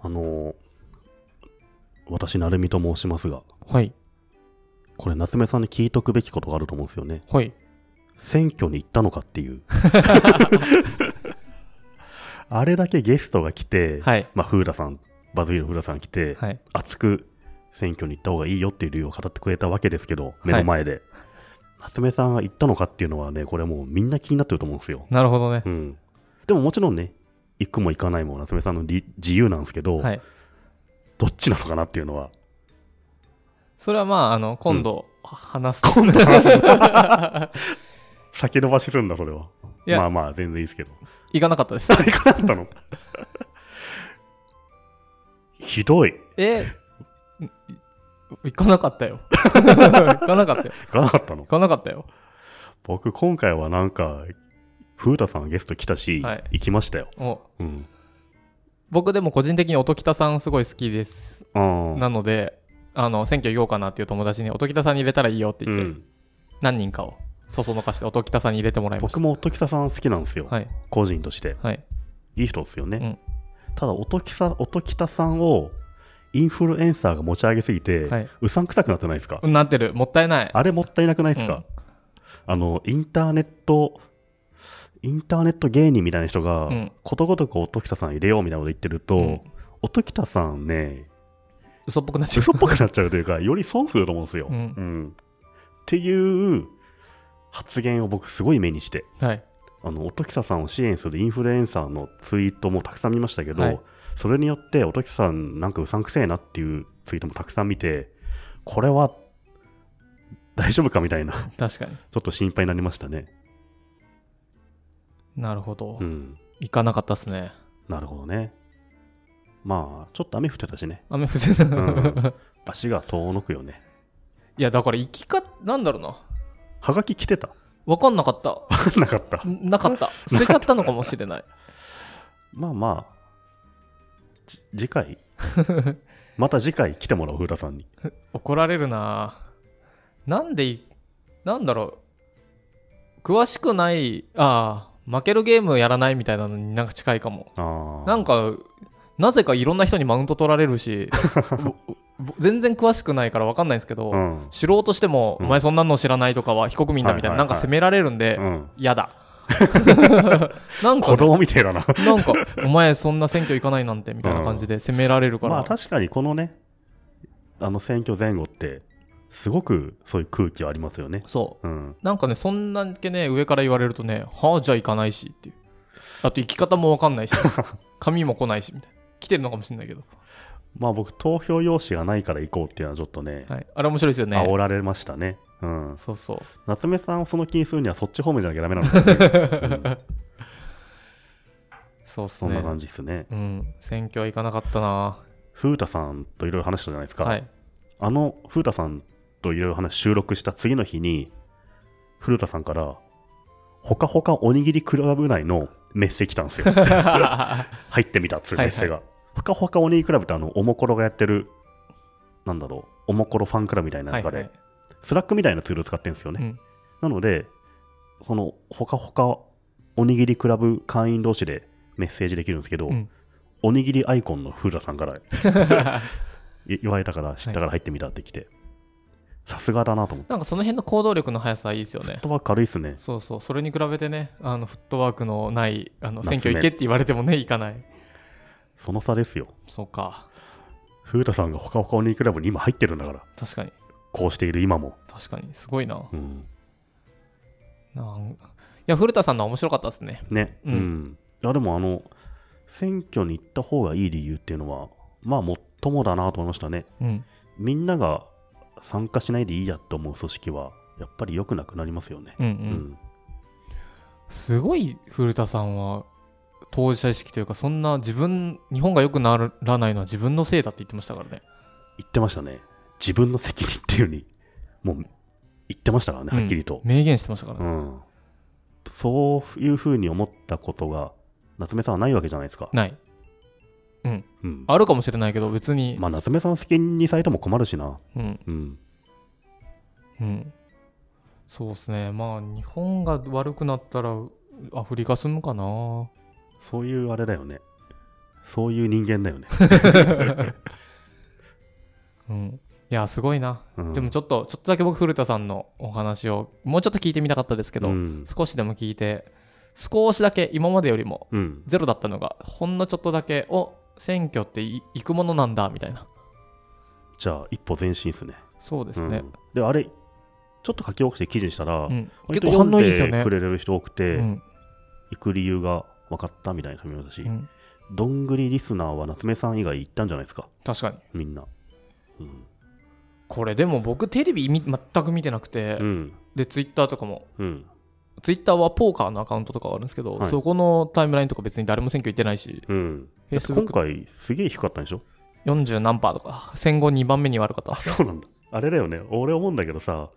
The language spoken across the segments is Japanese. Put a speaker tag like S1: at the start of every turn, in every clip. S1: あのー私、成美と申しますが、
S2: はい。
S1: これ、夏目さんに聞いとくべきことがあると思うんですよね。
S2: はい。
S1: 選挙に行ったのかっていう。 あれだけゲストが来て、
S2: はい。
S1: まあ、フーラさん、バズフィードフーラさんが来て、
S2: はい。
S1: 熱く選挙に行った方がいいよっていう理由を語ってくれたわけですけど、目の前で。夏目さんが行ったのかっていうのはね、これもうみんな気になってると思うんですよ。
S2: なるほどね
S1: う。ん。でももちろんね、行くも行かないも夏目さんのり自由なんですけど、
S2: はい。
S1: どっちなのかなっていうのは、
S2: それはまあ、あの、今度、話すと
S1: 今度話すんだ先延ばしするんだ、それは。
S2: いや
S1: まあまあ、全然いいですけど。
S2: 行かなかった です。
S1: 行かなかったのひどい。
S2: えん行かな かったよ。行かなかったよ。
S1: 行かなかったの
S2: 行かなかったよ。
S1: 僕、今回はなんか、風太さんがゲスト来たし、
S2: はい
S1: 行きましたよ。
S2: お
S1: うん。
S2: 僕でも個人的に音喜多さんすごい好きです。
S1: あー
S2: なので、あの、選挙行こうかなっていう友達に音喜多さんに入れたらいいよって
S1: う
S2: 言って、
S1: ん、
S2: 何人かをそそのかして音喜多さんに入れてもらいました。
S1: 僕も音喜多さん好きなんですよ、
S2: はい。
S1: 個人として。
S2: はい。
S1: いい人ですよね。
S2: うん
S1: ただ音喜さ、音喜多さんをインフルエンサーが持ち上げすぎて、
S2: はいう
S1: さんくさくなってないですか、
S2: なってる。もったいない。
S1: あれもったいなくないですか、あの、インターネット、インターネット芸人みたいな人が、
S2: うん
S1: ことごとく音喜多さん入れようみたいなこと言ってると、
S2: うん
S1: 音喜多さんね、
S2: 嘘っぽくなっちゃ
S1: 嘘っぽくなっちゃうと いうか、より損すると思うんですよ。
S2: うん
S1: うんっていう発言を僕すごい目にして、
S2: う。はい。
S1: あの音喜多さんを支援するインフルエンサーのツイートもたくさん見ましたけど、
S2: はい
S1: それによって音喜多さんなんかうさんくせえなっていうツイートもたくさん見てこれは大丈夫かみたいなち
S2: 確かに。
S1: ょっと心配になりましたね
S2: なるほど
S1: う。ん
S2: 行かなかったっすね。
S1: なるほどねまあちょっと雨降ってたしね
S2: 雨降ってた、
S1: ん足が遠のくよね
S2: いやだから行きかなんだろうな
S1: はがき来てた
S2: 分かんなかった
S1: なかった
S2: んなかった捨てちゃったのかもしれない
S1: まあまあじ次 回また次回来てもらおう風太さんに
S2: 怒られるななんでいなんだろう詳しくないああ負けるゲームやらないみたいなのになんか近いかも
S1: ああ
S2: なんかなぜかいろんな人にマウント取られ るしぼぼ全然詳しくないから分かんないんですけど、
S1: うん
S2: 知ろうとしても、
S1: うん
S2: お前そんなの知らないとかは非国民だみたいな、
S1: はいはいはい
S2: なんか責められるんで、
S1: うん
S2: 嫌だ なんか
S1: 子供みてえだな。
S2: なんか、お前そんな選挙行かないなんてみたいな感じで責められるから、
S1: まあ確かにこのね、あの選挙前後って、すごくそういう空気はありますよね。
S2: そ
S1: うん。
S2: う。なんかね、そんだけね、上から言われるとね、はあ、じゃあ行かないしっていう。あと、生き方もわかんな いし、髪も来ないしみたいな。来てるのかもしれないけど。
S1: まあ僕、投票用紙がないから行こうっていうのはちょっとね、
S2: はい、あれ面白いですよね。
S1: 煽られましたね。うん。
S2: そうそう。
S1: 夏目さんをその気にするにはそっち方面じゃなきゃダメなの かな
S2: そうっす
S1: そんな
S2: ね。
S1: 感じですね。
S2: うん、選挙は行かなかったな。
S1: 風太さんといろいろ話したじゃないですか。
S2: はい。
S1: あの風太さんといろいろ話収録した次の日に、古田さんから、ほかほかおにぎりクラブ内のメッセ来たんですよ。 入ってみたっつうメッセが。ほかほかおにぎりクラブってあの、おもころがやってる、なんだろう、おもころファンクラブみたいな
S2: はい
S1: 中
S2: は
S1: で、
S2: い。
S1: スラックみたいなツールを使ってるんですよ
S2: う
S1: ね。
S2: ん、
S1: なので、その、ほかほかおにぎりクラブ会員同士でメッセージできるんですけど、
S2: うん
S1: おにぎりアイコンの古田さんから い言われたから、知ったから入ってみたって来て、さすがだなと思って。
S2: なんかその辺の行動力の速さはいいですよね
S1: フッ。トワーク軽いっすね。
S2: そうそう、それに比べてね、あのフットワークのない、あの
S1: 夏
S2: 選
S1: 目
S2: 挙行けって言われてもね、行かない。
S1: その差ですよ。
S2: そうか、
S1: 風太さんがほかほかおにぎりクラブに今入ってるんだから、
S2: 確かに。
S1: こうしている今も。
S2: 確かにすごいな
S1: うん、
S2: なんいや古田さんのは面白かったですね
S1: ね、
S2: う
S1: うんん。いや、でも、あの、選挙に行った方がいい理由っていうのは、まあ、もっともだなと思いましたね。
S2: うん
S1: みんなが参加しないでいいやと思う組織は、やっぱり良くなくなりますよね。
S2: うんうん、
S1: うん。
S2: すごい古田さんは当事者意識というかそんな自分日本が良くならないのは自分のせいだって言ってましたからね
S1: 言ってましたね。自分の責任っていうに、もう、言ってましたからね、
S2: うん
S1: はっきりと。
S2: 明言してましたから
S1: う
S2: ね、
S1: ん。そういうふうに思ったことが、夏目さんはないわけじゃないですか。
S2: ない
S1: うん。
S2: あるかもしれないけど別に、
S1: まあ、夏目さん責任にされても困るしな。
S2: うん
S1: うん。
S2: うんそうですねまあ日本が悪くなったらアフリカ住むかな
S1: そういうあれだよね。そういう人間だよね。
S2: うん、いやすごいな、
S1: うん
S2: でもちょっとちょっとだけ僕古田さんのお話をもうちょっと聞いてみたかったですけど、
S1: うん
S2: 少しでも聞いて少しだけ今までよりも
S1: うん、
S2: ゼロだったのがほんのちょっとだけお選挙ってい行くものなんだみたいな
S1: じゃあ、一歩前進ですね。
S2: そうです
S1: う
S2: ね
S1: ん、で、あれ、ちょっと書き起こして記事にしたら、
S2: うん、
S1: 割
S2: 結
S1: と
S2: 構
S1: 読ん
S2: 反応いいですよね
S1: くれる人多くて、
S2: うん
S1: 行く理由が分かったみたいな人もいるし、
S2: うん
S1: どんぐりリスナーは夏目さん以外行ったんじゃないですか、
S2: 確かに
S1: みんな。うん、
S2: これでも僕テレビみ全く見てなくて、
S1: うん、
S2: でツイッターとかも
S1: うん、
S2: ツイッターはポーカーのアカウントとかがあるんですけど、
S1: はい
S2: そこのタイムラインとか別に誰も選挙行ってないし
S1: うん。
S2: フェイスブ
S1: 今
S2: ック
S1: 回、すげえ低かったんでしょ
S2: 40何パーとか戦後2番目に悪かった
S1: あ、そうなんだ。あれだよね、俺思うんだけどさ、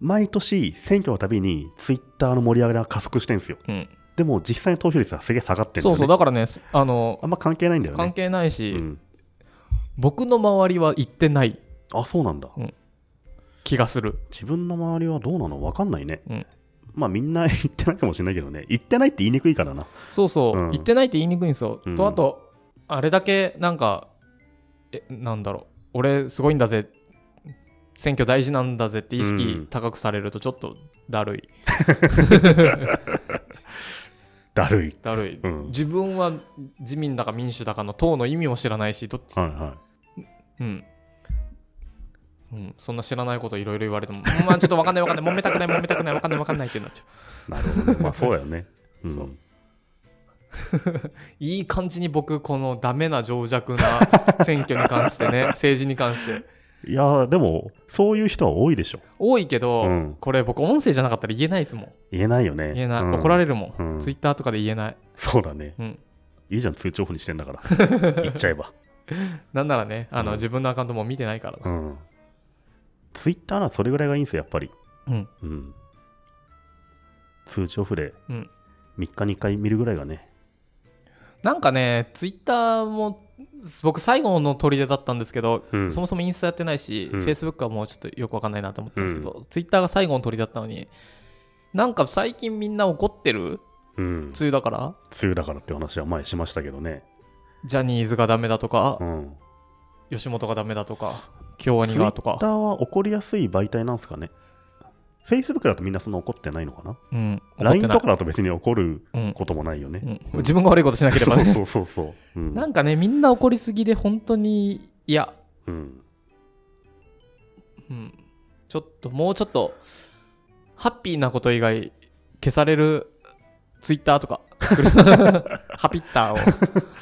S1: 毎年、選挙のたびに、ツイッターの盛り上がりが加速してんすよ。
S2: うん、
S1: でも、実際の投票率はすげえ下がってんだ
S2: そ
S1: よ、
S2: う
S1: ね、
S2: そうだからねすあの
S1: あんま関係ないんだよね。
S2: 関係ないし、
S1: うん、
S2: 僕の周りは行ってない
S1: あ、そうなんだ。
S2: 気がする
S1: 自分の周りはどうなの分かんないね。
S2: うん
S1: まあみんな言ってないかもしれないけどね。言ってないって言いにくいからな。
S2: そうそう、
S1: うん
S2: 行ってないって言いにくいんですよ、
S1: うん
S2: とあとあれだけなんかえなんだろう俺すごいんだぜ選挙大事なんだぜって意
S1: うん
S2: 識高くされるとちょっとだるい、
S1: だるい。
S2: だるい、
S1: うん
S2: 自分は自民だか民主だかの党の意味も知らないしどっち
S1: はいは
S2: うん。うん、そんな知らないこといろいろ言われても、まあちょっとわかんないわかんない、揉めたくない揉めたくないわかんないわかんないってなっちゃう。
S1: い。なるほど、ね。まあそうだよね。うん、
S2: そういい感じに僕、このダメな情弱な選挙に関し てね、政治に関して。
S1: いやーでも、そういう人は多いでしょ。
S2: 多いけど、
S1: うん
S2: これ僕音声じゃなかったら言えないですもん。
S1: 言えないよね。
S2: 言えない。
S1: うん
S2: 怒られるもん,、
S1: うん
S2: ツイッターとかで言えない。
S1: そうだね。
S2: うん。
S1: いいじゃん、通知オフにしてんだ から。言っちゃえば。
S2: なんならね、あの、
S1: うん
S2: 自分のアカウントも見てないから
S1: う。ん。ツイッターならそれぐらいがいいんすよ、やっぱり。
S2: うん。
S1: うん。通知オフで
S2: うん。
S1: 3日に1回見るぐらいがね。
S2: なんかね、ツイッターも、僕最後の砦だったんですけど、
S1: うん。
S2: そもそもインスタやってないし、
S1: うん
S2: フェイスブックはもうちょっとよくわかんないなと思ったんですけど、ツイッターが最後の鳥だったのに、なんか最近みんな怒ってる
S1: うん。
S2: 梅雨だから、
S1: 梅雨だからって話は前しましたけどね。
S2: ジャニーズがダメだとか
S1: う、ん。
S2: 吉本がダメだとか、京アニがと
S1: ツイッタ
S2: か、
S1: ーは怒りやすい媒体なんですかね。Facebook だとみんなそんな怒ってないのかな
S2: うん、怒って
S1: ?LINE
S2: な
S1: と
S2: い。
S1: かだと別に怒る
S2: うん
S1: こともないよね。
S2: うん、自分が悪いことしなければね。
S1: そうそうそうそう。うん。
S2: なんかね、みんな怒りすぎで、本当に、いや、
S1: うん、
S2: うん、ちょっと、もうちょっと、ハッピーなこと以外、消されるツイッターと か作る、ハピッターを。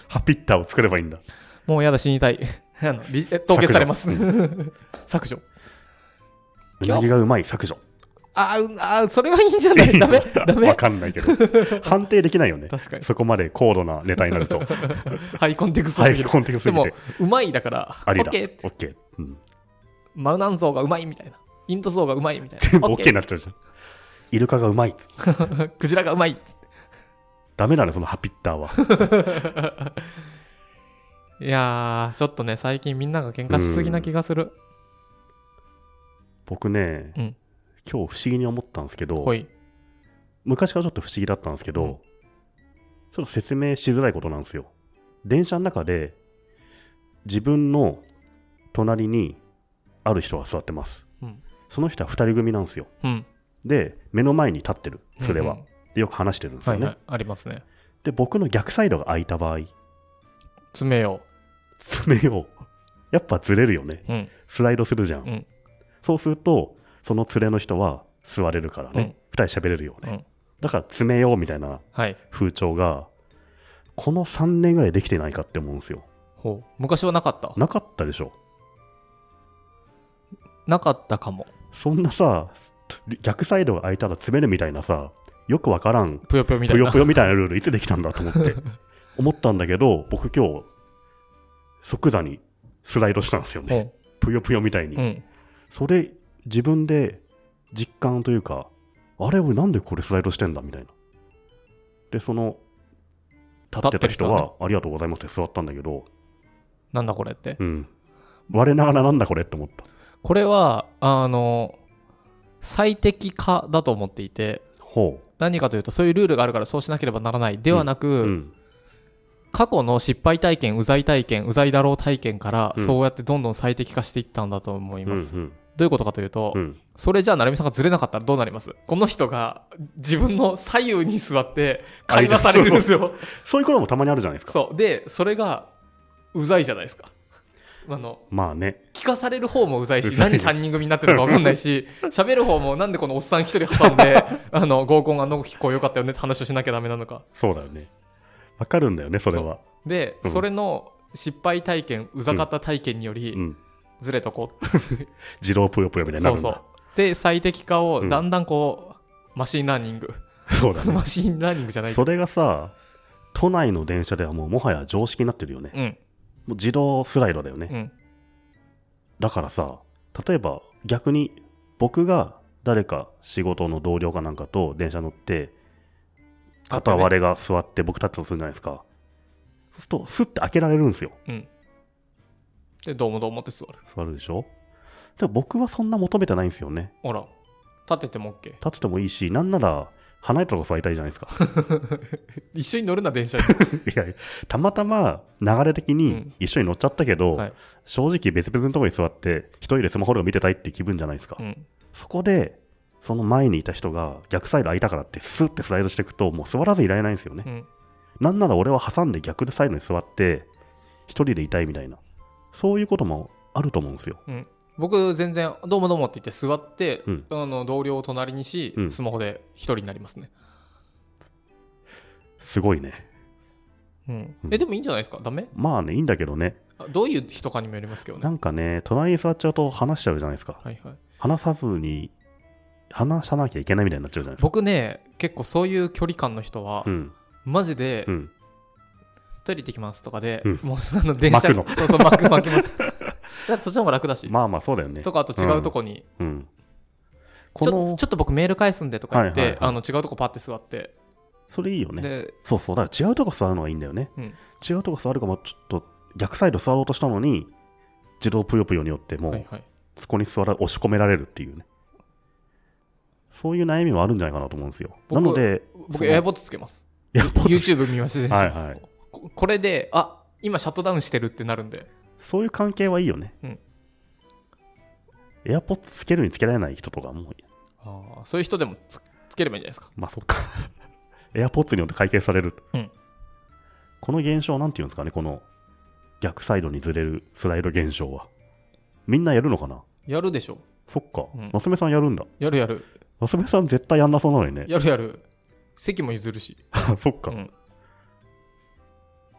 S1: ハピッターを作ればいいんだ。
S2: もうやだ死にたい。あのリえ凍結されます。削除。
S1: うなぎがうまい削除。
S2: あーうんあー、それはいいんじゃ ないダメダメ
S1: わかんない けど。判定できないよね。
S2: 確かに。
S1: そこまで高度なネタになる と。
S2: ハイコンテクスト
S1: は
S2: すぎ
S1: い、
S2: る。
S1: コンテクス
S2: で
S1: トすぎて。、
S2: もうまいだから、
S1: ありだ。
S2: オッケーって
S1: オッケー。うん、
S2: マウナンゾウがうまいみたいな。イントゾウがうまいみたいな。
S1: 全部オッケーにな
S2: な。
S1: っちゃうじゃん。イルカがうまい。
S2: クジラがうまい。
S1: ダメだね、そのハピッター は。
S2: いやー、ちょっとね、最近みんなが喧嘩しすぎな気がする。
S1: 僕ね、
S2: うん
S1: 今日不思議に思ったんですけど、
S2: ほい。
S1: 昔からちょっと不思議だったんですけど、
S2: う
S1: ち
S2: ん
S1: ょっと説明しづらいことなんですよ。電車の中で、自分の隣にある人が座ってます。
S2: うん。
S1: その人は2人組なんですよ。
S2: うん。
S1: で、目の前に立ってる、それは。
S2: うんうん
S1: でよく話してるんです
S2: は
S1: よ
S2: い
S1: ね。
S2: はい。ありますね。
S1: で、僕の逆サイドが空いた場合、
S2: 爪を。
S1: 爪を、やっぱずれるよね。
S2: うん。
S1: スライドするじゃん。
S2: うん
S1: そうすると、その連れの人は座れるから
S2: うん
S1: ね、二人喋れるよね。
S2: うん
S1: だから、詰めようみたいな
S2: はい。
S1: 風潮が、この3年ぐらいできてないかって思うんですよ。
S2: ほう。昔はなかった。
S1: なかったでしょ。
S2: なかったかも。
S1: そんなさ、逆サイドが空いたら詰めるみたいなさ、よくわからん、
S2: ぷよぷよみたい
S1: ぷよ
S2: な
S1: ぷ。よみたいなルールいつできたんだと思 って、思ったんだけど、僕今日、即座にスライドしたんですよ
S2: ほ
S1: ね。
S2: う。
S1: ぷよぷよみたいに。
S2: うん。
S1: それ自分で実感というかあれ俺なんでこれスライドしてんだみたいなでその立ってた人は
S2: 立ってる人
S1: ありがとうございますって座ったんだけど、
S2: なんだこれって。
S1: うん、我ながらなんだこれって思った
S2: これはあの最適化だと思っていて
S1: ほ
S2: 何かというとそういうルールがあるからそうしなければならないではなく、
S1: う、うん
S2: 過去の失敗体験うざい体験うざいだろう体験から、
S1: うん
S2: そうやってどんどん最適化していったんだと思い
S1: うんう
S2: ます、ど
S1: ん
S2: ういうことかというと、
S1: うん
S2: それじゃあ成美さんがずれなかったらどうなりますこの人が自分の左右に座って会話されるんですよ
S1: そういうこともたまにあるじゃないですか
S2: そうでそれがうざいじゃないですかあの
S1: まあね
S2: 聞かされる方もうざいし
S1: うざい
S2: 何
S1: ね
S2: 3人組になってるのか分かんな いし喋る方もなんでこのおっさん一人挟んであの合コンあの結構良かったよねって話をしなきゃダメなのか
S1: そうだよねわかるんだよねそれは
S2: で、
S1: うん
S2: それの失敗体験うざかった体験により、
S1: うん
S2: ずれとこう
S1: 自動ぷよぷよみたいになる
S2: そうんそう
S1: だ
S2: で最適化を
S1: うん
S2: だんだんこう、マシンラーニング
S1: そうだね
S2: マシンラーニングじゃないけど
S1: それがさ都内の電車ではもうもはや常識になってるよね
S2: うん
S1: もう自動スライドだよね
S2: うん
S1: だからさ例えば逆に僕が誰か仕事の同僚かなんかと電車乗って片割れが座って僕立ったとするじゃないですかそうするとスッて開けられるんですよ
S2: うんでどうもどうもって座る
S1: 座るでしょでも僕はそんな求めてないんですよね
S2: ほら立てても OK
S1: 立っててもいいしなんなら離れたとこ座りたいじゃないですか
S2: 一緒に乗るな 電車に
S1: いやたまたま流れ的
S2: う
S1: に
S2: ん
S1: 一緒に乗っちゃったけど、
S2: はい
S1: 正直別々のところに座って一人でスマホでも見てたいって気分じゃないですか、
S2: うん
S1: そこで、その前にいた人が逆サイド空いたからってスッてスライドしていくと、もう座らずいられないんですよね。
S2: うん
S1: なんなら俺は挟んで逆でサイドに座って、一人でいたいみたいな。そういうこともあると思うんですよ。
S2: うん僕全然「どうもどうも」って言って座って、
S1: うん
S2: あの同僚を隣にし、
S1: うん
S2: スマホで一人になりますね、
S1: すごいね。
S2: うん
S1: うん
S2: えでもいいんじゃないですかダメ
S1: まあね、いいんだけどね。
S2: あどういう人かにもよりますけどね
S1: なんかね、隣に座っちゃうと話しちゃうじゃないですか。
S2: はいはい
S1: 話さずに、話さなきゃいけないみたいになっちゃうじゃないですか。
S2: 僕ね結構そういう距離感の人は、
S1: うん。
S2: マジで、
S1: うん。
S2: トイレ行ってきますとかで、
S1: うん
S2: もうあの電車
S1: 巻
S2: そうそう巻く巻き ますだってそっちの方が楽だし、
S1: まあまあ、そうだよね。
S2: とかあと違うとこに、
S1: うん。
S2: ち
S1: こ
S2: ょ
S1: の
S2: ち、ょっと僕メール返すんでとか言って、
S1: はいはいはい
S2: あの違うとこパッて座って、
S1: それいいよね。
S2: で
S1: そうそう、だから違うとこ座るのはいいんだよね。
S2: うん
S1: 違うとこ座るかも、ちょっと逆サイド座ろうとしたのに、自動ぷよぷよによっても、
S2: はいうはい
S1: そこに座ら、押し込められるっていうね。そういう悩みもあるんじゃないかなと思うんですよ。
S2: 僕
S1: なので、そ
S2: 僕
S1: の
S2: エアボットつけます
S1: エアポッド
S2: YouTube 見まし
S1: はいはい
S2: ここれであ今シャットダウンしてるってなるんで
S1: そういう関係はいいよね。
S2: うん
S1: エアポッドつけるにつけられない人とかも、
S2: あーそういう人でもつつければいいんじゃないですか
S1: まあそっか。 エアポッドによって解決される。
S2: うん
S1: この現象なんていうんですかね、この逆サイドにずれるスライド現象は。みんなやるのかな
S2: やるでしょ
S1: そっか
S2: うん。
S1: 夏目さんやるんだ。
S2: やるやる
S1: 夏目さん絶対やんなそうなのにね。
S2: やるやる席も譲るし
S1: そっか。
S2: うん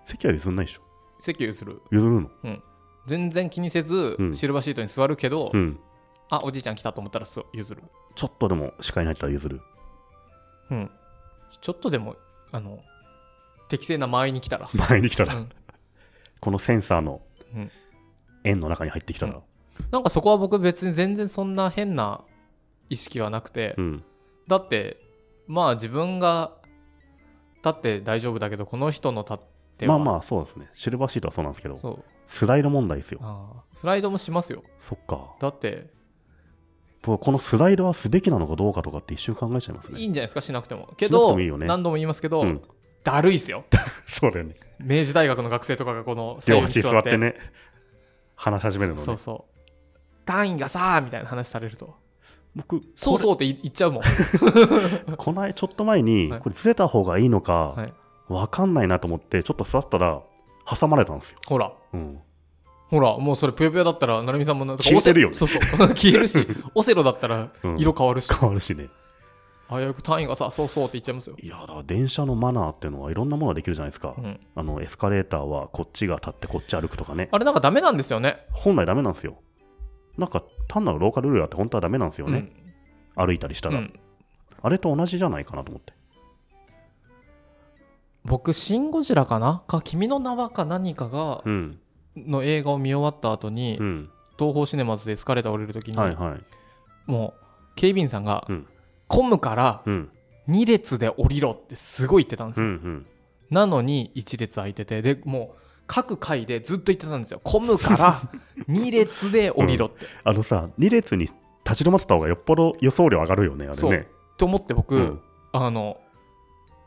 S1: 席は譲んないでしょ。
S2: 席譲る
S1: 譲るの。
S2: 全然気にせず、
S1: うん
S2: シルバーシートに座るけど、
S1: うん。
S2: あおじいちゃん来たと思ったらそう譲る
S1: ちょっとでも視界に入ったら譲る。
S2: うんちょっとでもあの適正な間合いに来たら
S1: 前に来たら、
S2: うん
S1: このセンサーの
S2: うん
S1: 円の中に入ってきたら。
S2: なんかそこは僕別に全然そんな変な意識はなくて、
S1: うん。
S2: だってまあ自分が立って大丈夫だけどこの人の立って
S1: ま
S2: は
S1: あまあ、そうですね。シルバーシートはそうなんですけど、
S2: そう
S1: スライド問題ですよ。
S2: あースライドもしますよ
S1: そっか。
S2: だって
S1: 僕このスライドはすべきなのかどうかとかって一瞬考えちゃいます
S2: い
S1: ね。
S2: いんじゃないですかしなくてもけ
S1: しなくて
S2: ど
S1: もいいよね
S2: 何度も言いますけど、
S1: うん
S2: だるいっすよ
S1: そうだよね。
S2: 明治大学の学生とかがこの
S1: 両端座ってね、話し始めるの
S2: そう
S1: ね。
S2: そう単位がさーみたいな話されると
S1: 僕、
S2: そう
S1: う。
S2: そうって言言っち ゃうもん、
S1: この間ちょっと前に
S2: はい、
S1: これずれた方がいいのか、
S2: はい、
S1: わかんないなと思って、ちょっと座ったら、挟まれたんですよ。
S2: ほら
S1: うん。
S2: ほらもうそれぷよぷよだったら成美さんもなんか
S1: 消えてるよね
S2: オセそうそう 消えるし オセロだったら
S1: うん
S2: 色変わるし、
S1: 変わるしね。
S2: あやく単位がさそうそうって言っちゃいますよ、
S1: いや、だから電車のマナーっていうのはいろんなものができるじゃないですか。
S2: うん、
S1: あの、エスカレーターはこっちが立ってこっち歩くとかね。
S2: あれなんかダメなんですよね
S1: 本来ダメなんですよ。なんか、単なるローカルルールだって本当はダメなんですよね。歩いたりした
S2: うん
S1: ら、
S2: うん
S1: あれと同じじゃないかなと思って。
S2: 僕「シン・ゴジラ」かなか「君の名は」か何かが
S1: うん。
S2: の映画を見終わった後に、
S1: うん。
S2: 東宝シネマズでエスカレーター降りる時に、
S1: はいはい。
S2: もう警備員さんが
S1: うん
S2: 「混むから
S1: うん。
S2: 2列で降りろ」ってすごい言ってたんです
S1: うんう
S2: よ、
S1: ん。
S2: なのに1列空いててでもう各回でずっと言ってたんですよ混む から2列で降りろって、
S1: あのさ、2列に立ち止まってた方がよっぽど予想量上がるよね、あれ
S2: そう
S1: ね。
S2: と思って僕、
S1: うん
S2: あの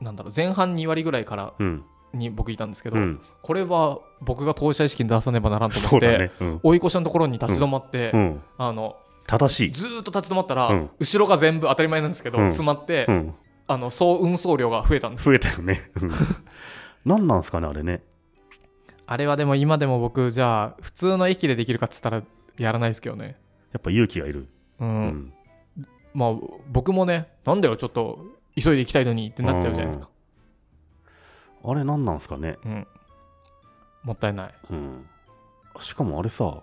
S2: なんだろう前半2割ぐらいから
S1: うん。
S2: に僕いたんですけど、
S1: うん、
S2: これは僕が当事者意識に出さねばならんと
S1: そ
S2: 思っ
S1: うだ
S2: て、
S1: ね、うん
S2: 追い越しのところに立ち止まって、
S1: うん、
S2: あの
S1: 正しい、
S2: ずーっと立ち止まったら、
S1: うん
S2: 後ろが全部当たり前なんですけど、
S1: うん
S2: 詰まって、
S1: うん、
S2: あの総運送量が増えたんです
S1: 増えたよね。うん何なんすかね、あれね。
S2: あれはでも今でも僕じゃあ普通の駅でできるかっつったらやらないですけどね
S1: やっぱ勇気がいる。
S2: うん、
S1: うん
S2: まあ僕もねなんだよちょっと急いで行きたいのにってなっちゃうじゃないですか、
S1: あれ何なんすかね。
S2: うん、もったいない
S1: うん、しかもあれさ、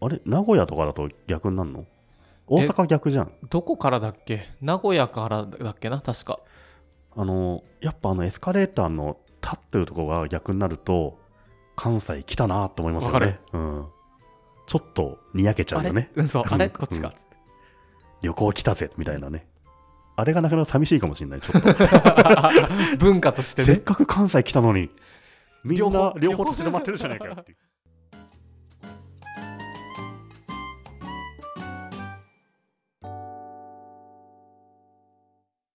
S1: あれ、名古屋とかだと逆になるの大阪逆じゃん。
S2: どこからだっけ名古屋からだっけな確か
S1: あのやっぱあのエスカレーターの立ってるところが逆になると関西来たなと思いますよね
S2: わかる
S1: うん、ちょっとにやけちゃ
S2: あ
S1: う
S2: れ
S1: よね
S2: うんそう
S1: うん
S2: あれこっちかっつって
S1: 旅行来たぜみたいなねあれがなかなか寂しいかもしれないちょっと
S2: 文化として
S1: せっ
S2: ね
S1: かく関西来たのにみんな
S2: 両
S1: 両
S2: 方
S1: 方立ち止まってるじゃないかよっていう